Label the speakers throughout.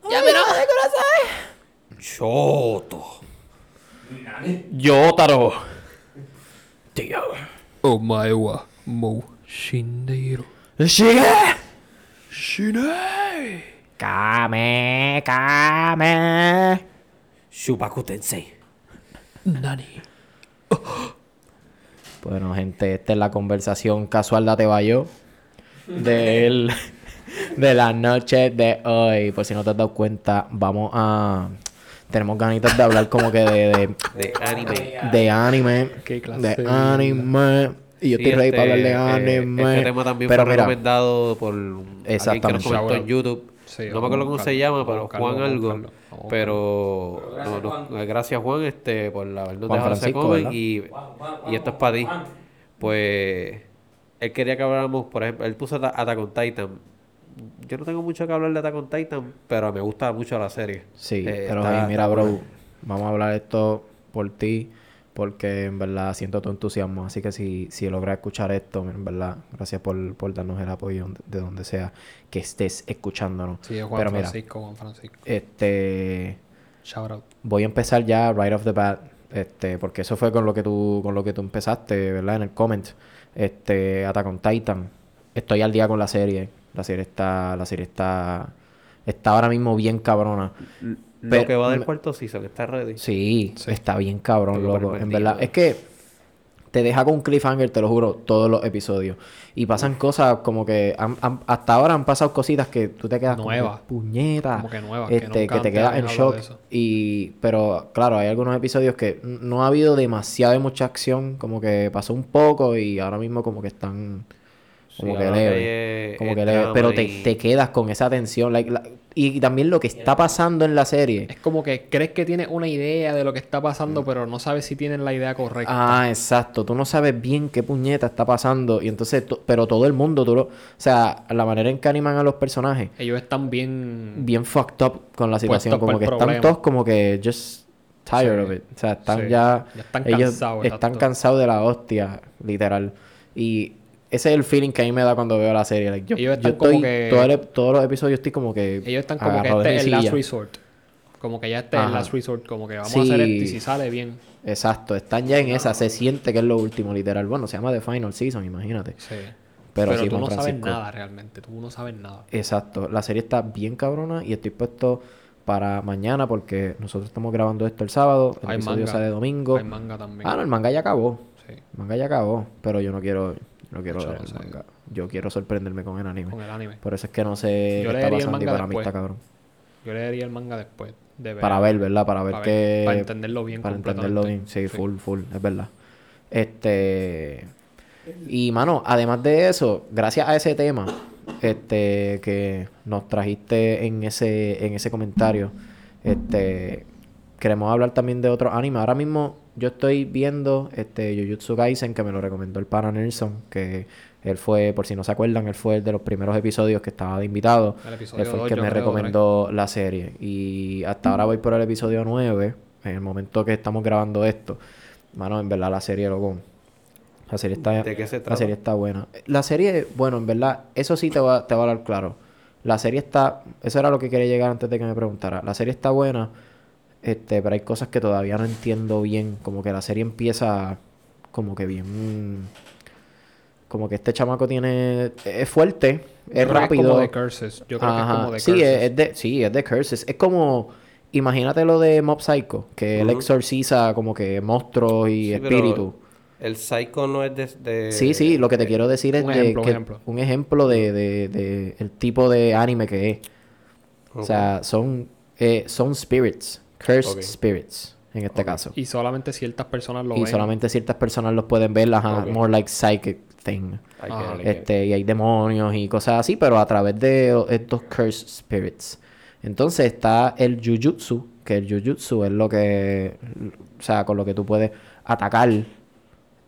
Speaker 1: pero...
Speaker 2: Choto.
Speaker 1: Yotaro.
Speaker 2: Tío.
Speaker 3: O mae Oh wa mou shindeiro.
Speaker 1: ¡Sigue!
Speaker 3: Shinai.
Speaker 1: Kame, Kame.
Speaker 2: Shubaku Tensei.
Speaker 3: Nani.
Speaker 1: Bueno, gente, esta es la conversación casual de Atebayo. Del, de la noche de hoy. Por si no te has dado cuenta, vamos a. Tenemos ganitas de hablar como que de, de,
Speaker 2: De anime.
Speaker 1: de anime.
Speaker 3: Qué clase
Speaker 1: de
Speaker 3: de
Speaker 1: anime. Y yo estoy ready para hablar de anime.
Speaker 2: Este tema también
Speaker 1: pero
Speaker 2: fue
Speaker 1: mira,
Speaker 2: recomendado por alguien que nos
Speaker 1: Exactamente.
Speaker 2: comentó en YouTube.
Speaker 3: Sí,
Speaker 2: no me
Speaker 3: vamos a
Speaker 2: acuerdo cómo se
Speaker 3: buscarlo,
Speaker 2: llama,
Speaker 3: vamos a
Speaker 2: pero
Speaker 3: buscarlo,
Speaker 2: Juan
Speaker 3: vamos a
Speaker 2: algo.
Speaker 3: buscarlo, vamos a
Speaker 2: pero gracias, Juan. gracias Juan este por habernos
Speaker 1: Juan
Speaker 2: dejado ese
Speaker 1: Francisco,
Speaker 2: cover
Speaker 1: ¿verdad?
Speaker 2: y, y esto es para ti. Pues él quería que habláramos, por ejemplo, él puso Ata- Attack on Titan. Yo no tengo mucho que hablar de Attack on Titan, pero me gusta mucho la serie.
Speaker 1: Sí,
Speaker 2: Eh,
Speaker 1: pero
Speaker 2: está-
Speaker 1: Javi, mira,
Speaker 2: está
Speaker 1: bro,
Speaker 2: buena.
Speaker 1: vamos a hablar esto por ti, porque en verdad siento tu entusiasmo. Así que si, si logras escuchar esto, en verdad, gracias por, por darnos el apoyo de- de donde sea que estés escuchándonos.
Speaker 3: Sí, es Juan
Speaker 1: pero mira,
Speaker 3: Francisco, Juan Francisco.
Speaker 1: este
Speaker 3: Shout out.
Speaker 1: voy a empezar ya right off the bat, este, porque eso fue con lo que tú, con lo que tú empezaste, ¿verdad? En el comment. Este, Attack on Titan. Estoy al día con la serie. La serie está, la serie está, está ahora mismo bien cabrona.
Speaker 2: Lo
Speaker 1: Pero-
Speaker 2: que va del cuarto season, está ready.
Speaker 1: Sí,
Speaker 3: Sí.
Speaker 1: está bien cabrón,
Speaker 2: Estoy súper
Speaker 1: loco. En
Speaker 2: perdido.
Speaker 1: verdad, es que te deja con un cliffhanger, te lo juro, todos los episodios. Y pasan cosas como que han- han- hasta ahora han pasado cositas que tú te quedas como que,
Speaker 3: Nuevas.
Speaker 1: puñeta.
Speaker 3: Como que nuevas, que
Speaker 1: este, que,
Speaker 3: nunca
Speaker 1: te
Speaker 3: antes
Speaker 1: quedas en
Speaker 3: habían hablado
Speaker 1: shock.
Speaker 3: de eso.
Speaker 1: Y, pero claro, hay algunos episodios que n- no ha habido demasiada y mucha acción, como que pasó un poco y ahora mismo como que están como
Speaker 2: Sí,
Speaker 1: que
Speaker 2: ahora que
Speaker 1: leve.
Speaker 2: hay, eh,
Speaker 1: Como que
Speaker 2: el
Speaker 1: leve.
Speaker 2: drama
Speaker 1: Pero te,
Speaker 2: y-
Speaker 1: te quedas con esa tensión. like, la- y también lo que está pasando en la serie.
Speaker 3: Es como que crees que tienes una idea de lo que está pasando, pero no sabes si tienes la idea correcta.
Speaker 1: Mm. Ah, exacto. Tú no sabes bien qué puñeta está pasando. Y entonces, to- pero todo el mundo, tú lo... O sea, la manera en que animan a los personajes,
Speaker 3: Ellos están bien.
Speaker 1: bien fucked up con la situación.
Speaker 3: Puestos
Speaker 1: como
Speaker 3: pa'l
Speaker 1: que están
Speaker 3: problema.
Speaker 1: todos como que just tired
Speaker 3: Sí.
Speaker 1: of it. O sea, están
Speaker 3: Sí.
Speaker 1: ya...
Speaker 3: Ya están
Speaker 1: ellos
Speaker 3: cansados,
Speaker 1: están
Speaker 3: exacto.
Speaker 1: cansados de la hostia, literal. Y ese es el feeling que a mí me da cuando veo la serie. Like, yo,
Speaker 3: Ellos
Speaker 1: yo
Speaker 3: están como
Speaker 1: estoy...
Speaker 3: que-
Speaker 1: todo el- todos los episodios estoy como que...
Speaker 3: Ellos están como que
Speaker 1: agarrado de
Speaker 3: este es el
Speaker 1: mi
Speaker 3: last
Speaker 1: Ah, silla.
Speaker 3: resort. Como que ya este es el
Speaker 1: Ajá.
Speaker 3: last resort. Como que vamos
Speaker 1: Sí.
Speaker 3: a hacer esto y si sale bien.
Speaker 1: Exacto. Están ya en esa. Se siente que es lo último, literal. Bueno, se llama The Final Season, imagínate.
Speaker 3: Sí.
Speaker 1: Pero,
Speaker 3: Pero,
Speaker 1: sí,
Speaker 3: tú
Speaker 1: Juan
Speaker 3: no sabes
Speaker 1: Francisco.
Speaker 3: nada realmente. Tú no sabes nada.
Speaker 1: Exacto. La serie está bien cabrona y estoy puesto para mañana porque nosotros estamos grabando esto el sábado. El
Speaker 3: Hay
Speaker 1: episodio
Speaker 3: manga.
Speaker 1: sale domingo.
Speaker 3: Hay manga también.
Speaker 1: Ah, no, el manga ya acabó.
Speaker 3: Sí.
Speaker 1: El manga ya acabó. Pero yo no quiero, no quiero
Speaker 3: Yo
Speaker 1: ver
Speaker 3: no
Speaker 1: el
Speaker 3: sé.
Speaker 1: manga. Yo quiero sorprenderme con el anime.
Speaker 3: Con el anime.
Speaker 1: Por eso es que no sé
Speaker 3: Yo
Speaker 1: qué está
Speaker 3: leería el
Speaker 1: pasando y
Speaker 3: manga
Speaker 1: para mí
Speaker 3: después.
Speaker 1: está cabrón.
Speaker 3: Yo leería el manga después. De ver,
Speaker 1: Para ver, ¿verdad? Para ver
Speaker 3: para
Speaker 1: qué.
Speaker 3: Para entenderlo bien.
Speaker 1: Para entenderlo bien,
Speaker 3: completamente.
Speaker 1: sí, full, full, es verdad. Este. Y mano, además de eso, gracias a ese tema este, que nos trajiste en ese, en ese comentario, este, queremos hablar también de otros animes. Ahora mismo yo estoy viendo este, Jujutsu Kaisen, que me lo recomendó el pana Nelson, que él fue, por si no se acuerdan, él fue el de los primeros episodios que estaba de invitado.
Speaker 3: El episodio
Speaker 1: Él fue el
Speaker 3: dos,
Speaker 1: que
Speaker 3: yo
Speaker 1: me
Speaker 3: creo, por ahí.
Speaker 1: recomendó la serie. Y hasta ahora voy por el episodio 9, en el momento que estamos grabando esto. Mano, en verdad la serie, loco. La serie está,
Speaker 2: ¿De qué se
Speaker 1: la
Speaker 2: trata?
Speaker 1: serie está buena. La serie, bueno, en verdad, eso sí te va, te va a dar claro. La serie está, eso era lo que quería llegar antes de que me preguntara. La serie está buena, este, pero hay cosas que todavía no entiendo bien. Como que la serie empieza como que bien. mm, Como que este chamaco tiene. Es fuerte, es
Speaker 3: Yo creo que
Speaker 1: rápido.
Speaker 3: como de Curses. Yo creo que es
Speaker 1: Ajá.
Speaker 3: como de
Speaker 1: sí,
Speaker 3: Curses.
Speaker 1: es, es de, sí, es de Curses. Es como, imagínate lo de Mob Psycho, que él
Speaker 2: Ujú.
Speaker 1: exorciza como que monstruos y
Speaker 2: Sí, pero
Speaker 1: espíritus.
Speaker 2: El Psycho no es de... de-
Speaker 1: Sí, sí, lo que te quiero decir es
Speaker 3: eh, un
Speaker 1: de
Speaker 3: ejemplo, un
Speaker 1: que-
Speaker 3: ejemplo.
Speaker 1: un ejemplo de, de- de el tipo de anime que es. O sea, son, eh, son spirits, cursed
Speaker 2: Ok.
Speaker 1: spirits en este caso.
Speaker 3: Y solamente ciertas personas lo
Speaker 1: Y
Speaker 3: ven.
Speaker 1: solamente ciertas personas los pueden ver, ajá,
Speaker 2: Ok.
Speaker 1: more like psychic thing.
Speaker 2: Ay,
Speaker 3: Ajá.
Speaker 2: qué alegre.
Speaker 1: Este, y hay demonios y cosas así, pero a través de estos cursed spirits. Entonces está el jujutsu, que el jujutsu es lo que, o sea, con lo que tú puedes atacar,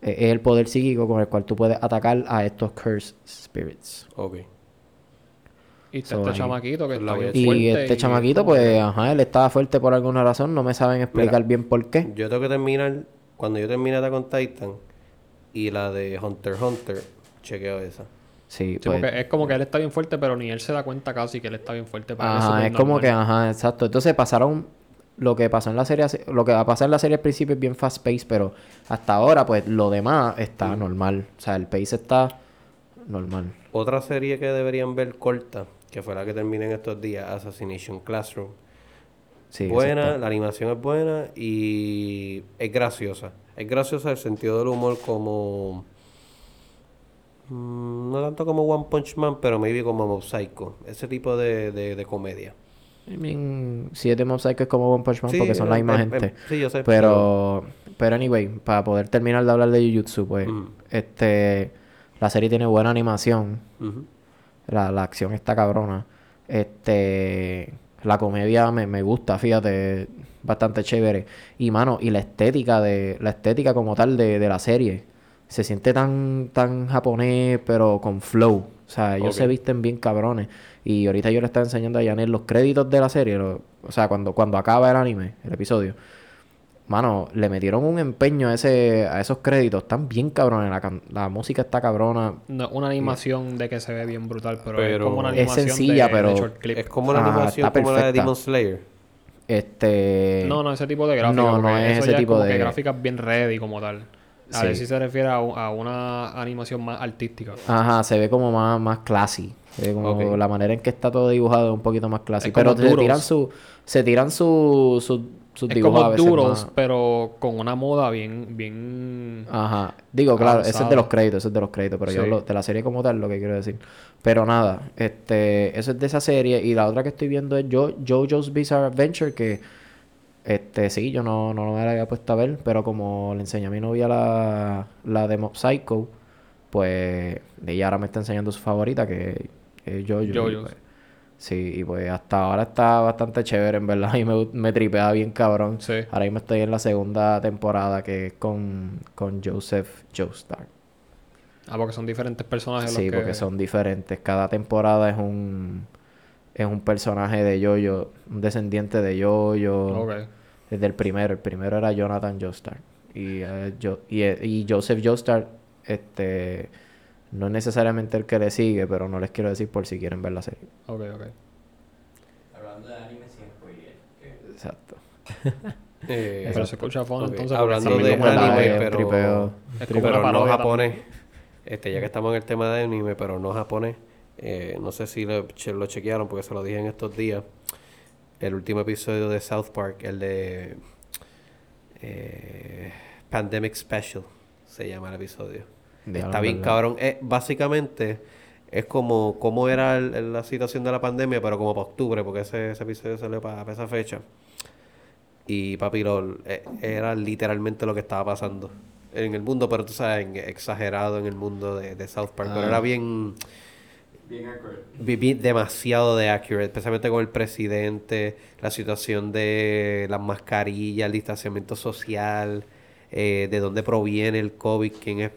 Speaker 1: eh, es el poder psíquico con el cual tú puedes atacar a estos cursed spirits.
Speaker 2: Ok.
Speaker 3: Y está
Speaker 1: So,
Speaker 3: este
Speaker 1: ahí.
Speaker 3: chamaquito que
Speaker 2: Pues
Speaker 3: está
Speaker 2: la voy a
Speaker 3: bien
Speaker 1: Y
Speaker 3: fuerte.
Speaker 1: este chamaquito,
Speaker 3: como que-
Speaker 1: pues, ajá, él estaba fuerte por alguna razón, no me saben explicar bien por qué.
Speaker 2: Yo tengo que terminar... Cuando yo termine Attack on Titan y la de Hunter x Hunter, chequeo esa.
Speaker 1: Sí,
Speaker 3: Sí,
Speaker 1: pues.
Speaker 3: porque es como que él está bien fuerte, pero ni él se da cuenta casi que él está bien fuerte para él
Speaker 1: Ajá, es
Speaker 3: súper
Speaker 1: como
Speaker 3: normal.
Speaker 1: que, ajá, exacto. Entonces pasaron lo que pasó en la serie, lo que va a pasar en la serie al principio es bien fast pace, pero hasta ahora, pues, lo demás
Speaker 2: Mm.
Speaker 1: está normal. O sea, el pace está normal.
Speaker 2: Otra serie que deberían ver corta, que fue la que terminé en estos días, Assassination Classroom.
Speaker 1: Sí,
Speaker 2: buena,
Speaker 1: exacto.
Speaker 2: la animación es buena y es graciosa. Es graciosa el sentido del humor como... mm, No tanto como One Punch Man, pero maybe como Mob Psycho. Ese tipo de, de- de comedia.
Speaker 1: I mean, Siete Mob Psycho es como One Punch Man
Speaker 2: Sí,
Speaker 1: porque son
Speaker 2: no,
Speaker 1: la misma
Speaker 2: em- em-
Speaker 1: gente.
Speaker 2: sí, yo sé.
Speaker 1: Pero, pero anyway, para poder terminar de hablar de Jujutsu, pues,
Speaker 2: Mm.
Speaker 1: este, la serie tiene buena animación,
Speaker 2: pero- Ujú.
Speaker 1: la, la acción está cabrona, este, la comedia me, me gusta, fíjate, bastante chévere. Y mano, y la estética de, la estética como tal de, de la serie, se siente tan, tan japonés, pero con flow. O sea, ellos se
Speaker 2: Ok.
Speaker 1: visten bien cabrones. Y ahorita yo le estaba enseñando a Janet los créditos de la serie. lo- o sea, cuando, cuando acaba el anime, el episodio. Mano, le metieron un empeño a, ese, a esos créditos. Están bien cabrones. La, can- la música está cabrona.
Speaker 3: No, una animación de que se ve bien brutal, pero, es
Speaker 2: Pero-
Speaker 3: como una
Speaker 2: Es
Speaker 3: animación de-
Speaker 1: sencilla,
Speaker 3: de,
Speaker 1: pero-
Speaker 3: short clip.
Speaker 2: Es como la
Speaker 1: Ah,
Speaker 2: animación
Speaker 1: está
Speaker 2: como la de
Speaker 1: perfecta.
Speaker 2: Demon Slayer.
Speaker 1: Este...
Speaker 3: No, no, ese tipo de gráfica.
Speaker 1: No,
Speaker 3: porque
Speaker 1: no es
Speaker 3: eso
Speaker 1: ese
Speaker 3: ya
Speaker 1: tipo
Speaker 3: como
Speaker 1: de-
Speaker 3: que gráficas bien ready como tal. A
Speaker 1: Sí.
Speaker 3: ver si se refiere a, un- a una animación más artística.
Speaker 1: Ajá, se ve como más, más classy. Se ve como
Speaker 2: Ok.
Speaker 1: la manera en que está todo dibujado es un poquito más classy.
Speaker 3: Es
Speaker 1: Pero
Speaker 3: como
Speaker 1: se
Speaker 3: duros.
Speaker 1: tiran su, se tiran su, su- sus
Speaker 3: Es
Speaker 1: dibujos a
Speaker 3: como
Speaker 1: veces
Speaker 3: duros,
Speaker 1: más- Ah,
Speaker 3: pero con una moda bien, bien
Speaker 1: Ajá. Digo, claro, ese es de los
Speaker 3: Avanzado.
Speaker 1: créditos, ese es de los créditos, pero yo
Speaker 3: Sí.
Speaker 1: hablo de la serie como tal, lo que quiero decir. Pero nada, este, eso es de esa serie. Y la otra que estoy viendo es jo Jojo's Bizarre Adventure, que este, sí, yo no, no me la había puesto a ver, pero como le enseñé a mi novia la, la de Mob Psycho, pues ella ahora me está enseñando su favorita, que es Jojo. y
Speaker 3: yoyos.
Speaker 1: pues- Sí, y pues hasta ahora está bastante chévere, en verdad, y me, gu- me tripea bien cabrón.
Speaker 3: Sí.
Speaker 1: Ahora mismo estoy en la segunda temporada que es con, con Joseph Joestar.
Speaker 3: Ah, porque son diferentes personajes
Speaker 1: Sí,
Speaker 3: los Ah, que...
Speaker 1: porque son diferentes. Cada temporada es un es un personaje de Jojo, un descendiente de Jojo.
Speaker 3: Ok.
Speaker 1: Desde el primero, el primero era Jonathan Joestar. Y, eh, Jo- y, eh, y Joseph Joestar, este, no es necesariamente el que le sigue, pero no les quiero decir por si quieren ver la serie.
Speaker 3: Ok, ok.
Speaker 4: Hablando de anime sin spoiler. que
Speaker 1: Exacto.
Speaker 2: Eh,
Speaker 3: Pero se escucha fondo
Speaker 2: ok,
Speaker 3: entonces. porque
Speaker 2: Hablando
Speaker 3: están
Speaker 2: de
Speaker 3: viendo
Speaker 1: como la-
Speaker 2: anime,
Speaker 1: eh,
Speaker 2: pero...
Speaker 1: tripeo.
Speaker 3: Es como
Speaker 2: pero
Speaker 3: una
Speaker 2: no
Speaker 3: parodia
Speaker 2: japonés. Este, ya que estamos en el tema de anime, pero no japonés. eh, no sé si lo, che- lo chequearon porque se lo dije en estos días. El último episodio de South Park, el de eh, Pandemic Special, se llama el episodio. Está
Speaker 1: Diablo,
Speaker 2: bien,
Speaker 1: ¿verdad?
Speaker 2: cabrón. Eh, básicamente es como cómo era el- el- la situación de la pandemia, pero como para octubre, porque ese, ese episodio salió para, esa fecha. Y papi, lo- eh, era literalmente lo que estaba pasando en el mundo, pero tú sabes, en- exagerado en el mundo de, de South Park. Pero
Speaker 1: Ah.
Speaker 2: era bien,
Speaker 4: Bien accurate.
Speaker 2: vi- vi- demasiado de accurate, especialmente con el presidente, la situación de las mascarillas, el distanciamiento social, eh, de dónde proviene el COVID, quién es,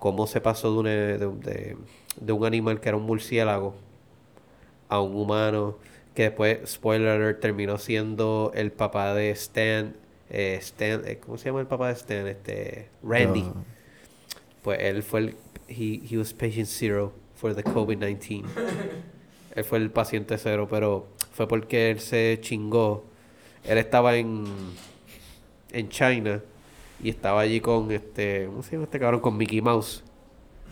Speaker 2: cómo se pasó de un, eh, de, un- de- de un animal que era un murciélago a un humano, que después, spoiler alert, terminó siendo el papá de Stan, eh, Stan, eh, ¿cómo se llama el papá de Stan? Este, Randy.
Speaker 1: Ah.
Speaker 2: Pues él fue el. He, he was patient zero for the COVID-19. él fue el paciente cero, pero fue porque él se chingó. Él estaba en. En China. Y estaba allí con este. ¿Cómo se llama este cabrón? Con Mickey Mouse.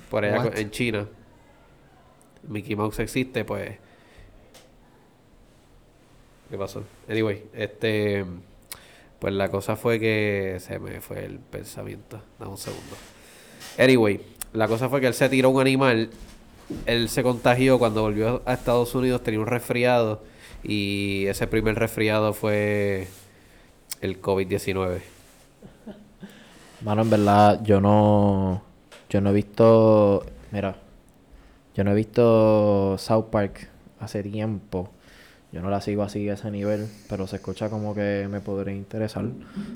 Speaker 2: Por allá
Speaker 3: What?
Speaker 2: con- en China. Mickey Mouse existe, pues. ¿Qué pasó? Anyway, este. Pues la cosa fue que se me fue el pensamiento. Dame un segundo. Anyway, la cosa fue que él se tiró un animal. Él se contagió cuando volvió a Estados Unidos, tenía un resfriado. Y ese primer resfriado fue el COVID-19.
Speaker 1: Mano, en verdad, yo no. Yo no he visto. Mira. Yo no he visto South Park hace tiempo. Yo no la sigo así a ese nivel, pero se escucha como que me podría interesar.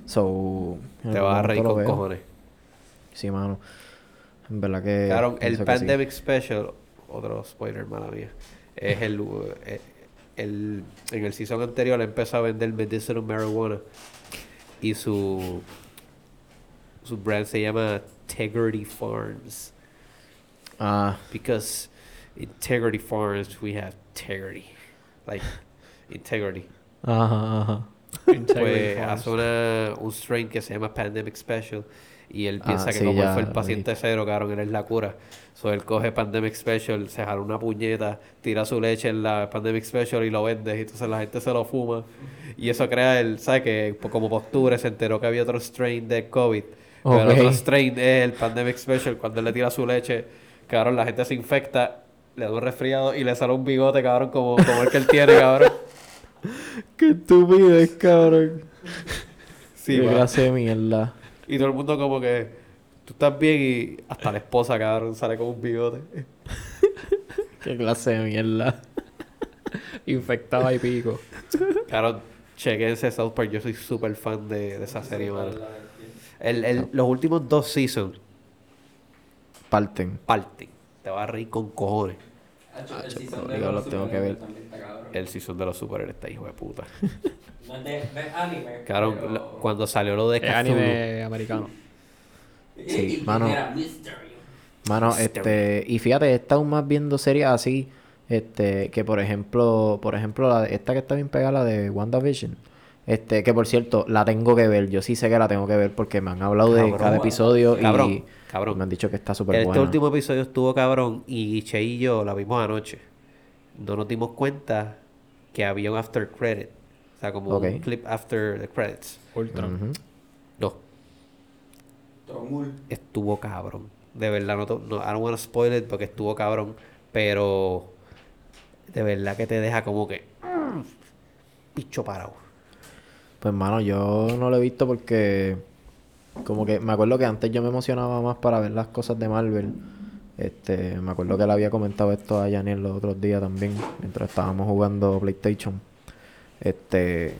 Speaker 1: So. en
Speaker 2: Te
Speaker 1: algún
Speaker 2: vas a
Speaker 1: momento
Speaker 2: reír
Speaker 1: lo
Speaker 2: con
Speaker 1: veo.
Speaker 2: cojones.
Speaker 1: Sí, mano. En verdad que.
Speaker 2: Claro, el
Speaker 1: Eh, pienso que sí.
Speaker 2: Pandemic Special, otro spoiler, mala mía, es el, uh, eh, el- En el season anterior empezó a vender medicinal marijuana y su. Su brand se llama Tegrity Farms.
Speaker 1: Ah,
Speaker 2: Because integrity forums, we have integrity. Like, integrity.
Speaker 1: Ajá, ajá.
Speaker 3: Integrity
Speaker 2: Pues
Speaker 3: Forms.
Speaker 2: hace una, un strain que se llama Pandemic Special. Y él
Speaker 1: Ah,
Speaker 2: piensa que
Speaker 1: sí,
Speaker 2: como él
Speaker 1: ya
Speaker 2: fue el
Speaker 1: lo
Speaker 2: paciente cero, cabrón, él es la cura. So él coge Pandemic Special, se jala una puñeta, tira su leche en la Pandemic Special y lo vende. Y entonces la gente se lo fuma. Y eso crea el, ¿sabes? Que po- como postura se enteró que había otro strain de COVID. Pero el
Speaker 1: Ok.
Speaker 2: otro strain es el Pandemic Special. Cuando él le tira su leche, cabrón, la gente se infecta, le da un resfriado y le sale un bigote, cabrón, como, como el que él tiene, cabrón.
Speaker 1: Qué estupidez, cabrón.
Speaker 2: Sí,
Speaker 1: Qué
Speaker 2: va.
Speaker 1: clase de mierda.
Speaker 2: Y todo el mundo como que, tú estás bien y hasta la esposa, cabrón, sale con un bigote.
Speaker 1: Qué clase de mierda.
Speaker 3: Infectada y pico.
Speaker 2: Cabrón, chequense South Park, yo soy súper fan de, de esa serie, mano.
Speaker 4: La bestia.
Speaker 2: El, el- los últimos dos seasons
Speaker 1: Parten.
Speaker 2: parten. Te vas a reír con cojones.
Speaker 4: Hacho, el
Speaker 1: Hacho,
Speaker 4: season
Speaker 1: pero
Speaker 4: de
Speaker 1: yo
Speaker 4: los
Speaker 1: lo tengo que ver.
Speaker 4: superhéroes también está cabrón.
Speaker 2: El season de los superhéroes está hijo de puta.
Speaker 4: No es de- no es anime.
Speaker 2: Cabrón,
Speaker 4: pero-
Speaker 2: lo- cuando salió lo de
Speaker 3: Es
Speaker 2: Cthulhu, este
Speaker 3: anime americano.
Speaker 4: Y-
Speaker 1: Sí,
Speaker 4: y-
Speaker 1: mano.
Speaker 4: Era Mysterio.
Speaker 1: Mano,
Speaker 2: Hysterical.
Speaker 1: este, y fíjate, he estado más viendo series así, este, que por ejemplo, por ejemplo, la, esta que está bien pegada, la de WandaVision, este, que por cierto, la tengo que ver, yo sí sé que la tengo que ver porque me han hablado de
Speaker 2: Cabrón.
Speaker 1: cada episodio y,
Speaker 2: Cabrón,
Speaker 1: y
Speaker 2: cabrón.
Speaker 1: me han dicho que está súper
Speaker 2: Este
Speaker 1: buena.
Speaker 2: último episodio estuvo cabrón y Che y yo la vimos anoche. No nos dimos cuenta que había un after credit. O sea, como un
Speaker 1: Ok.
Speaker 2: clip after the credits.
Speaker 3: Ultra.
Speaker 1: Ujú.
Speaker 2: No,
Speaker 4: Tromul.
Speaker 2: estuvo cabrón. De verdad, no, to- no I don't wanna spoil it porque estuvo cabrón. Pero de verdad que te deja como que. mm, picho parado.
Speaker 1: Pues mano, yo no lo he visto porque como que me acuerdo que antes yo me emocionaba más para ver las cosas de Marvel. Este, me acuerdo que le había comentado esto a Janiel los otros días también, mientras estábamos jugando PlayStation. Este,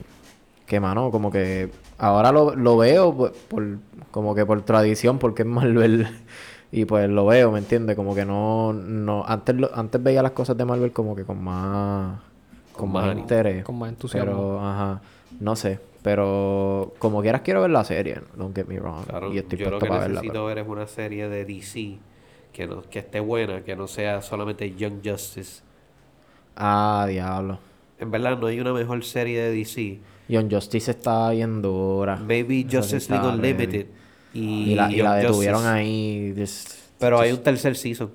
Speaker 1: que mano, como que ahora lo, lo veo pues, por, como que por tradición, porque es Marvel. Y pues lo veo, ¿me entiendes? Como que no, no, antes lo- antes veía las cosas de Marvel como que con más, con,
Speaker 2: Con
Speaker 1: más
Speaker 2: más ánimo.
Speaker 1: interés.
Speaker 3: Con más entusiasmo.
Speaker 1: Pero, ajá, no sé. Pero como quieras quiero ver la serie, don't get me wrong.
Speaker 2: Claro,
Speaker 1: y estoy
Speaker 2: yo lo
Speaker 1: puesto
Speaker 2: que
Speaker 1: para verla.
Speaker 2: necesito ver es una serie de DC que, no, que esté buena, que no sea solamente Young Justice.
Speaker 1: pero- Ah, diablo.
Speaker 2: En verdad, no hay una mejor serie de DC.
Speaker 1: John Justice está bien dura.
Speaker 2: Maybe
Speaker 1: Esa sí
Speaker 2: Justice
Speaker 1: está
Speaker 2: League
Speaker 1: ready.
Speaker 2: Unlimited. Y,
Speaker 1: Y la, y la
Speaker 2: Young
Speaker 1: detuvieron
Speaker 2: Justice.
Speaker 1: ahí. this-
Speaker 2: Pero hay un tercer season.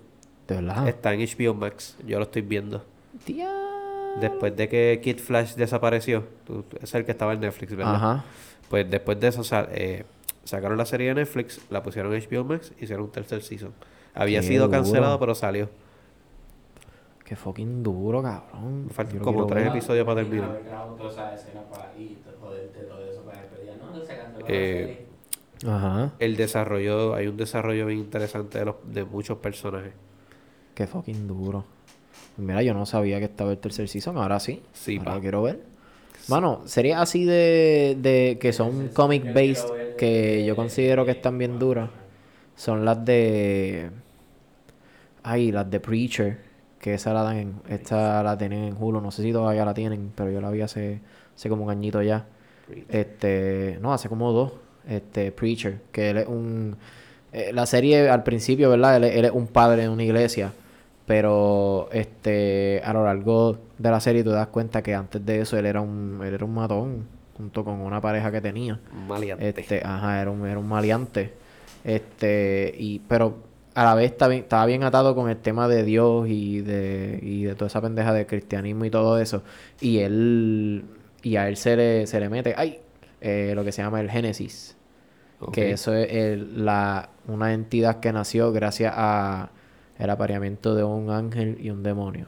Speaker 1: De verdad.
Speaker 2: Está en HBO Max. Yo lo estoy viendo.
Speaker 1: Diablo.
Speaker 2: Después de que Kid Flash desapareció. tú- tú- Es el que estaba en Netflix, ¿verdad?
Speaker 1: Ajá.
Speaker 2: Pues después de eso sa- eh, sacaron la serie de Netflix, la pusieron en HBO Max, hicieron un tercer season. Había
Speaker 1: Qué
Speaker 2: sido
Speaker 1: duro.
Speaker 2: cancelado, pero salió.
Speaker 1: Qué fucking duro, cabrón.
Speaker 2: Me faltan
Speaker 1: Yo lo
Speaker 2: como
Speaker 1: quiero
Speaker 2: tres
Speaker 1: ver.
Speaker 2: episodios para terminar.
Speaker 4: Haber grabado toda esa escena para y to- joderte todo eso para despedir. No, se canceló la
Speaker 2: Eh,
Speaker 4: serie.
Speaker 1: Ajá.
Speaker 2: El desarrollo, hay un desarrollo bien interesante de, los, de muchos personajes.
Speaker 1: Qué fucking duro. Mira, yo no sabía que estaba el tercer season. Ahora sí.
Speaker 2: Sí,
Speaker 1: Ahora
Speaker 2: pa.
Speaker 1: lo quiero ver. Mano, series así de, de que son
Speaker 4: Entonces,
Speaker 1: comic
Speaker 4: yo
Speaker 1: based
Speaker 4: quiero ver-
Speaker 1: que yo considero que están bien duras son las de ay, las de Preacher, que esa la dan en, esta la tienen en Hulu, no sé si todavía la tienen, pero yo la vi hace hace como un añito ya. Este, no, hace como dos. Este, Preacher, que él es un. eh, la serie al principio, ¿verdad? Él, es- él es un padre de una iglesia. Pero este, a lo largo de la serie tú te das cuenta que antes de eso él era un, él era un matón, junto con una pareja que tenía.
Speaker 2: Maleante.
Speaker 1: Este, ajá, era un, era un maleante. Este, y, pero a la vez está bien- estaba bien atado con el tema de Dios y de, y de toda esa pendeja de cristianismo y todo eso. Y él, y a él se le, se le mete, ay, eh, lo que se llama el Génesis.
Speaker 2: Ok.
Speaker 1: Que eso es el- la, una entidad que nació gracias a el apareamiento de un ángel y un demonio,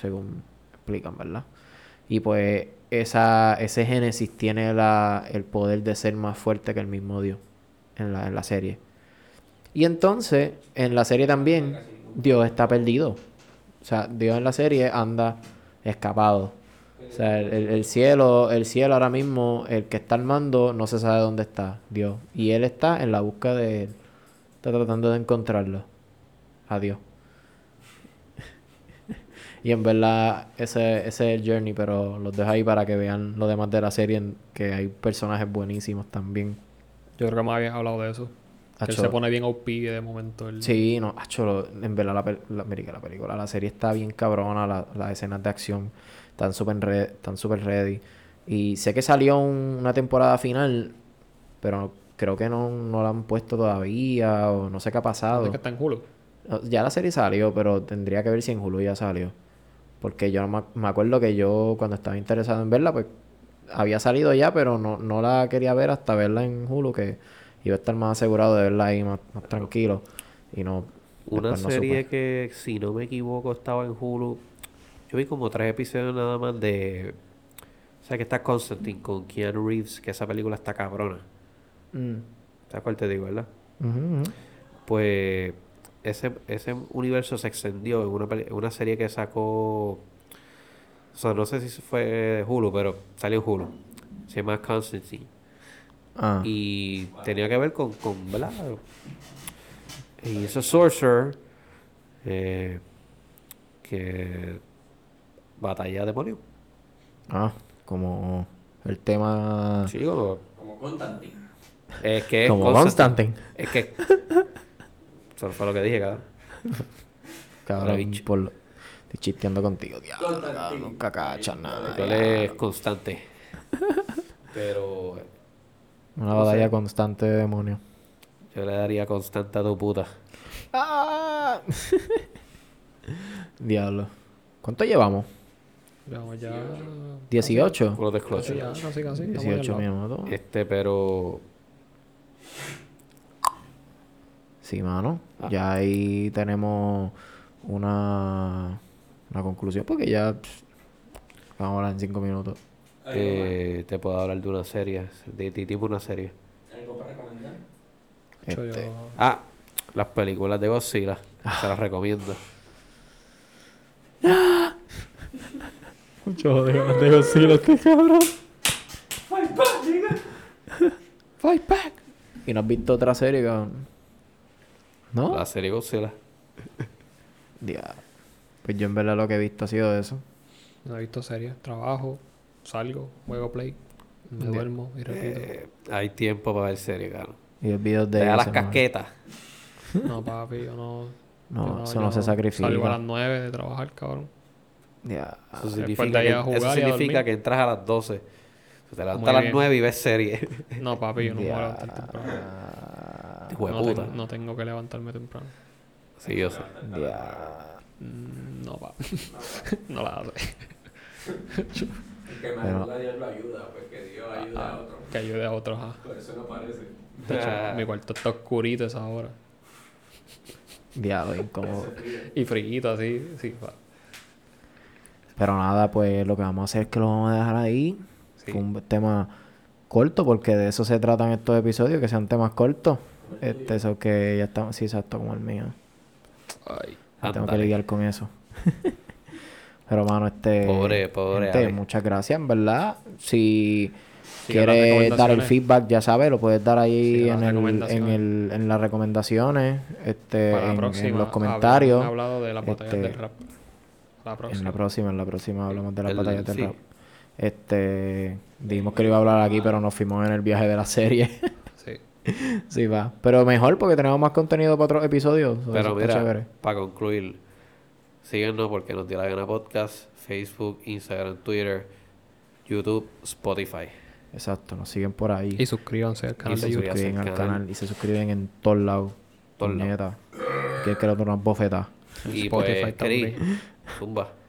Speaker 1: según explican, ¿verdad? Y pues esa, ese génesis tiene la, el poder de ser más fuerte que el mismo Dios en la, en la serie. Y entonces, en la serie también, Dios está perdido. O sea, Dios en la serie anda escapado. O sea, el, el- el cielo, el cielo ahora mismo, el que está al mando, no se sabe dónde está, Dios. Y él está en la búsqueda de él. Está tratando de encontrarlo. Adiós. y en verdad, ese, ese es el journey, pero los dejo ahí para que vean lo demás de la serie, en- que hay personajes buenísimos también.
Speaker 3: Yo creo que me habías hablado de eso. Que él
Speaker 1: Acho.
Speaker 3: se pone bien OP de momento. el-
Speaker 1: Sí, no, acho, lo- en verdad la, pel- la, mira que la película, la serie está bien cabrona, la- las escenas de acción están súper re- están súper ready. Y sé que salió un- una temporada final, pero creo que no, no la han puesto todavía o no sé qué ha pasado.
Speaker 3: ¿Dónde es que está en Hulu?
Speaker 1: No, Ya la serie salió, pero tendría que ver si en Hulu ya salió. Porque yo no me, ac- me acuerdo que yo cuando estaba interesado en verla, pues había salido ya, pero no, no la quería ver hasta verla en Hulu, que iba a estar más asegurado de verla ahí más, más tranquilo. Y no...
Speaker 2: Una
Speaker 1: después no
Speaker 2: serie
Speaker 1: supe.
Speaker 2: que, si no me equivoco, estaba en Hulu. Yo vi como tres episodios nada más de. O sea, que está Constantine con Keanu Reeves, que esa película está cabrona.
Speaker 1: Mm.
Speaker 2: ¿Sabes cuál te digo, verdad?
Speaker 1: Ujú, ujú.
Speaker 2: Pues ese, ese universo se extendió en una, peli- en una serie que sacó. O sea, no sé si fue Hulu, pero salió en Hulu. Se llama Constantine.
Speaker 1: Ah.
Speaker 2: Y tenía que ver con, con ¿verdad? Y ese sorcerer eh, que batalla demonio.
Speaker 1: Ah, como el tema...
Speaker 2: Sí, como-
Speaker 4: Como Constantine.
Speaker 2: es que es
Speaker 1: Ah. como
Speaker 2: Constantine.
Speaker 1: Constantine.
Speaker 2: Es que eso fue lo que dije, cabrón.
Speaker 1: Cabrón,
Speaker 2: bicho.
Speaker 1: por... lo- Estoy chisteando contigo, diablo,
Speaker 4: Constantine.
Speaker 1: cabrón, nunca cachas nada.
Speaker 2: Él es constante. Pero
Speaker 1: Una batalla constante de demonios.
Speaker 2: yo le daría constante a tu puta.
Speaker 1: ¡Ah! Diablo. ¿Cuánto llevamos?
Speaker 3: Vamos ya. Ah,
Speaker 1: ¿18?
Speaker 2: Culo
Speaker 3: Casi,
Speaker 2: descloche.
Speaker 3: ya, casi, casi. estamos ya al
Speaker 1: 18
Speaker 3: lado.
Speaker 1: minutos.
Speaker 3: Eh.
Speaker 2: Este, pero
Speaker 1: Sí, mano.
Speaker 3: Ah.
Speaker 1: Ya ahí tenemos una, una conclusión porque ya pff, vamos a hablar en 5 minutos.
Speaker 2: eh, te puedo hablar de una serie, de, de tipo una serie.
Speaker 4: ¿Algo para recomendar?
Speaker 3: Yo- yo-
Speaker 1: Este,
Speaker 2: Ah, las películas de Godzilla. Se las recomiendo.
Speaker 3: Yo de ganas de Godzilla, este cabrón.
Speaker 4: ¡Fight back, nigga!
Speaker 3: Fight back.
Speaker 1: ¿Y no has visto otra serie, cabrón? ¿No?
Speaker 2: La serie Godzilla.
Speaker 1: Diablo. Pues yo en verdad lo que he visto ha sido eso.
Speaker 3: No he visto series. Trabajo, salgo, juego play, me
Speaker 1: Ya.
Speaker 3: duermo y repito.
Speaker 2: Eh, hay tiempo para ver series, cabrón.
Speaker 1: Y los videos de...
Speaker 2: Te da las
Speaker 1: esa madre.
Speaker 2: casquetas.
Speaker 3: No, papi, yo no.
Speaker 1: No,
Speaker 3: yo
Speaker 1: eso
Speaker 3: yo
Speaker 1: no se sacrifica.
Speaker 3: Salgo a las 9 de trabajar, cabrón.
Speaker 1: Ya.
Speaker 3: Ah,
Speaker 2: Eso
Speaker 3: de
Speaker 2: significa,
Speaker 3: ir
Speaker 2: que,
Speaker 3: a jugar
Speaker 2: eso
Speaker 3: y a
Speaker 2: significa
Speaker 3: dormir.
Speaker 2: que entras a las 12. Tú Te levantas
Speaker 3: Muy
Speaker 2: a las
Speaker 3: bien.
Speaker 2: 9 y ves series.
Speaker 3: No, papi, yo no me voy a levantar temprano.
Speaker 1: Ya.
Speaker 2: Hijo de
Speaker 3: No,
Speaker 2: puta.
Speaker 3: tengo- no tengo que levantarme temprano.
Speaker 2: Sí, yo sé.
Speaker 1: Ya.
Speaker 3: Mm, No, papi. no la hace.
Speaker 4: El que me
Speaker 1: Pero-
Speaker 4: ayuda, Dios lo ayuda, pues que Dios ayuda a otro.
Speaker 3: Que ayude a otros. ah.
Speaker 4: Por eso no parece.
Speaker 3: De hecho,
Speaker 2: Ah.
Speaker 3: mi cuarto está oscurito a esa hora.
Speaker 1: Diablo, incómodo.
Speaker 3: Y frillito así. Sí, pa.
Speaker 1: Pero nada, pues lo que vamos a hacer es que lo vamos a dejar ahí.
Speaker 3: Sí.
Speaker 1: Fue un tema corto, porque de eso se tratan estos episodios, que sean temas cortos. Este, eso que ya estamos, sí, exacto, como el mío.
Speaker 3: Ay.
Speaker 1: Ya Ah, Tengo que
Speaker 2: Ándale.
Speaker 1: lidiar con eso. Pero mano, este.
Speaker 2: Pobre, pobre
Speaker 1: gente,
Speaker 2: Ale.
Speaker 1: muchas gracias, en verdad. Si
Speaker 3: Sigan las
Speaker 1: quieres dar el
Speaker 3: recomendaciones.
Speaker 1: feedback, ya sabes, lo puedes dar ahí en,
Speaker 3: Sigan las
Speaker 1: el- en,
Speaker 3: recomendaciones.
Speaker 1: el- en las recomendaciones, este,
Speaker 3: Para la
Speaker 1: en,
Speaker 3: próxima.
Speaker 1: en los
Speaker 3: hab-
Speaker 1: comentarios.
Speaker 3: han hablado de las batallas
Speaker 1: este,
Speaker 3: del rap. La
Speaker 1: En
Speaker 3: próxima.
Speaker 1: la próxima, en la próxima hablamos de las
Speaker 2: El-
Speaker 1: batallas del
Speaker 2: sí.
Speaker 1: rap. Este, dijimos que lo iba a hablar aquí, pero nos fuimos en el viaje de la serie.
Speaker 3: Sí.
Speaker 1: sí, va. Pero mejor porque tenemos más contenido para otros episodios. Eso
Speaker 2: Pero
Speaker 1: está chévere.
Speaker 2: mira, para concluir, síguenos porque nos dio la gana podcast, Facebook, Instagram, Twitter, YouTube, Spotify.
Speaker 1: Exacto, nos siguen por ahí.
Speaker 3: Y suscríbanse al canal
Speaker 2: Y
Speaker 1: se
Speaker 3: de YouTube.
Speaker 2: suscríbanse.
Speaker 1: suscriben
Speaker 2: al
Speaker 1: al
Speaker 2: canal.
Speaker 1: canal y se suscriben en todos lados.
Speaker 2: Todos
Speaker 1: Puñeta. Que es que le otro una bofeta.
Speaker 2: Y
Speaker 3: Spotify
Speaker 2: pues, Cris,
Speaker 3: también.
Speaker 2: zumba.